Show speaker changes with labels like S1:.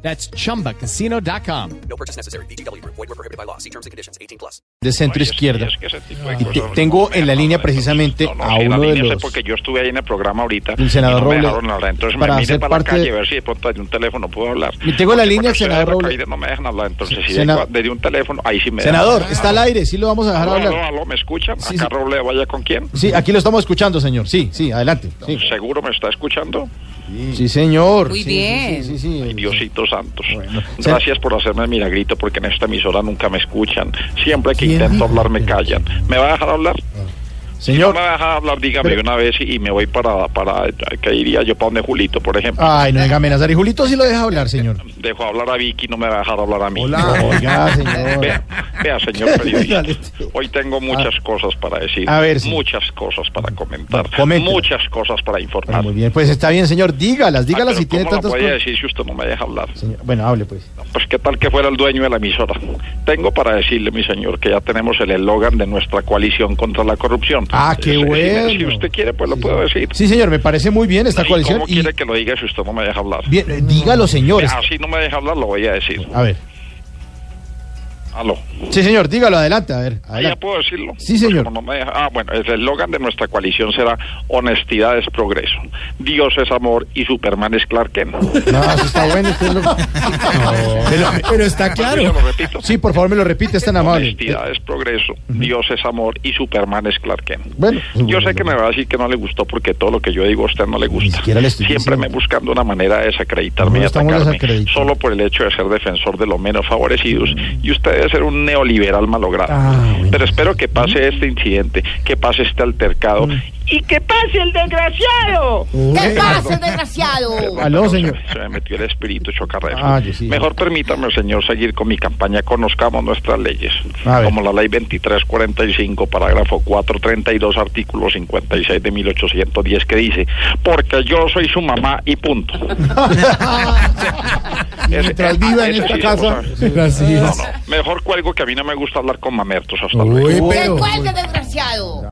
S1: That's chumbacasino.com.
S2: No purchase necessary. BGW. Void were prohibited by law. See terms and conditions. 18 plus.
S3: de centro
S4: Oye,
S3: izquierda.
S4: es que ese tipo de
S3: Y
S4: cosas
S3: te-
S4: no
S3: tengo
S4: me
S3: en la
S4: dejan
S3: línea
S4: hablar.
S3: precisamente
S4: No, no,
S3: a
S4: en la
S3: uno de
S4: línea sé
S3: los.
S4: porque yo estuve ahí en el programa ahorita.
S3: El senador
S4: y no me
S3: Robledo,
S4: dejaron hablar. Entonces
S3: para
S4: me
S3: hacer
S4: miré para la
S3: parte-
S4: calle a ver si de pronto de un teléfono puedo hablar.
S3: Y tengo en la línea
S4: Porque cuando
S3: al
S4: estoy de
S3: senador Robledo.
S4: recaída No me dejan hablar. Entonces si
S3: Sena-
S4: de- desde un teléfono, ahí sí me dejan
S3: Senador,
S4: hablar.
S3: está al aire, sí lo vamos a dejar
S4: Aló, aló,
S3: hablar.
S4: aló, ¿me escuchan?
S3: Sí,
S4: Acá
S3: sí.
S4: Robledo, vaya con quién.
S3: Sí, aquí lo estamos escuchando, señor. Sí, sí, adelante. Sí,
S4: ¿Seguro me está escuchando?
S3: Sí, señor.
S5: Muy
S3: Sí,
S5: bien.
S3: Sí, sí, sí, sí.
S4: Diosito Santos.
S3: Bueno.
S4: Gracias por hacerme el milagrito porque en esta emisora nunca me escuchan. Siempre que
S3: ¿Quién dijo?
S4: intento hablar me callan. ¿Me va a dejar hablar?
S3: Señor.
S4: No me deja hablar, dígame
S3: Pero-
S4: una vez y, y me voy para, para, que iría yo para donde Julito, por ejemplo.
S3: Ay, no venga a amenazar. Y Julito sí lo deja hablar, señor.
S4: Dejo hablar a Vicky, no me va a dejar hablar a mí.
S3: Oiga, señor.
S4: Vea, vea, señor periodista,
S3: Dale. Ah.
S4: hoy tengo muchas cosas para decir,
S3: A ver, sí.
S4: muchas cosas para comentar,
S3: Bueno, coméntela.
S4: muchas cosas para
S3: Bueno,
S4: informar.
S3: muy bien, pues está bien, señor. Dígalas,
S4: Ah,
S3: dígalas
S4: pero
S3: si tiene
S4: ¿cómo la
S3: tantas
S4: voy a
S3: cosas.
S4: decir si usted no me deja hablar?
S3: Señor, Bueno, hable pues.
S4: Pues qué tal que fuera el dueño de la emisora. Tengo para decirle, mi señor, que ya tenemos el eslogan de nuestra coalición contra la corrupción. Eh,
S3: Ah, qué
S4: Si- si-
S3: bueno.
S4: pues, Si usted quiere, pues lo
S3: Sí,
S4: puedo
S3: señor.
S4: decir.
S3: Sí, señor, me parece muy bien esta
S4: ¿Y
S3: coalición.
S4: ¿Cómo
S3: y-
S4: quiere que Mm, lo diga si usted no me deja hablar?
S3: bien, eh, dígalo, señor.
S4: Así Ah, no me deja hablar, lo voy a decir.
S3: A ver.
S4: Aló.
S3: Sí, señor, dígalo, adelante. A ver,
S4: Ah, ¿Ya
S3: adelante.
S4: puedo decirlo?
S3: Sí,
S4: Pues
S3: señor.
S4: como no me deja- Ah, bueno, el eslogan de nuestra coalición será Honestidad es progreso. Dios es amor y Superman es Clark Kent.
S3: No, eso está bueno. usted lo- Pero está
S4: Yo lo repito.
S3: Sí, por favor, me lo repite, es tan amable.
S4: Honestidad es progreso, Dios es amor y Superman es Clark Kent.
S3: Bueno,
S4: yo sé que me va a decir que no le gustó porque todo lo que yo digo a usted no le gusta.
S3: siquiera le estoy
S4: Siempre
S3: diciendo.
S4: me buscando una manera de desacreditarme
S3: No
S4: y
S3: estamos
S4: atacarme
S3: desacreditando.
S4: solo por el hecho de ser defensor de los menos favorecidos y usted debe ser un neoliberal malogrado.
S3: Mm. Ah, bueno.
S4: Pero espero que pase este incidente, que pase este altercado
S3: Mm.
S4: y que pase el desgraciado.
S5: ¿Qué pasa, desgraciado?
S3: Eh, Aló,
S4: Se me-
S3: señor.
S4: Se me metió el espíritu chocarrero.
S3: Ah, yo sí.
S4: Mejor permítame, señor, seguir con mi campaña. Conozcamos nuestras leyes,
S3: A ver.
S4: como la ley 2345, parágrafo 432, artículo 56 de 1810, que dice, porque yo soy su mamá y punto. Ese- ah,
S3: Mientras viva en
S4: ese
S3: esta
S4: sí se
S3: casa.
S4: lo sabe.
S3: Así
S4: No, no, mejor cuelgo que a mí no me gusta hablar con mamertos. Hasta luego.
S5: ¡Que cuelgue, desgraciado!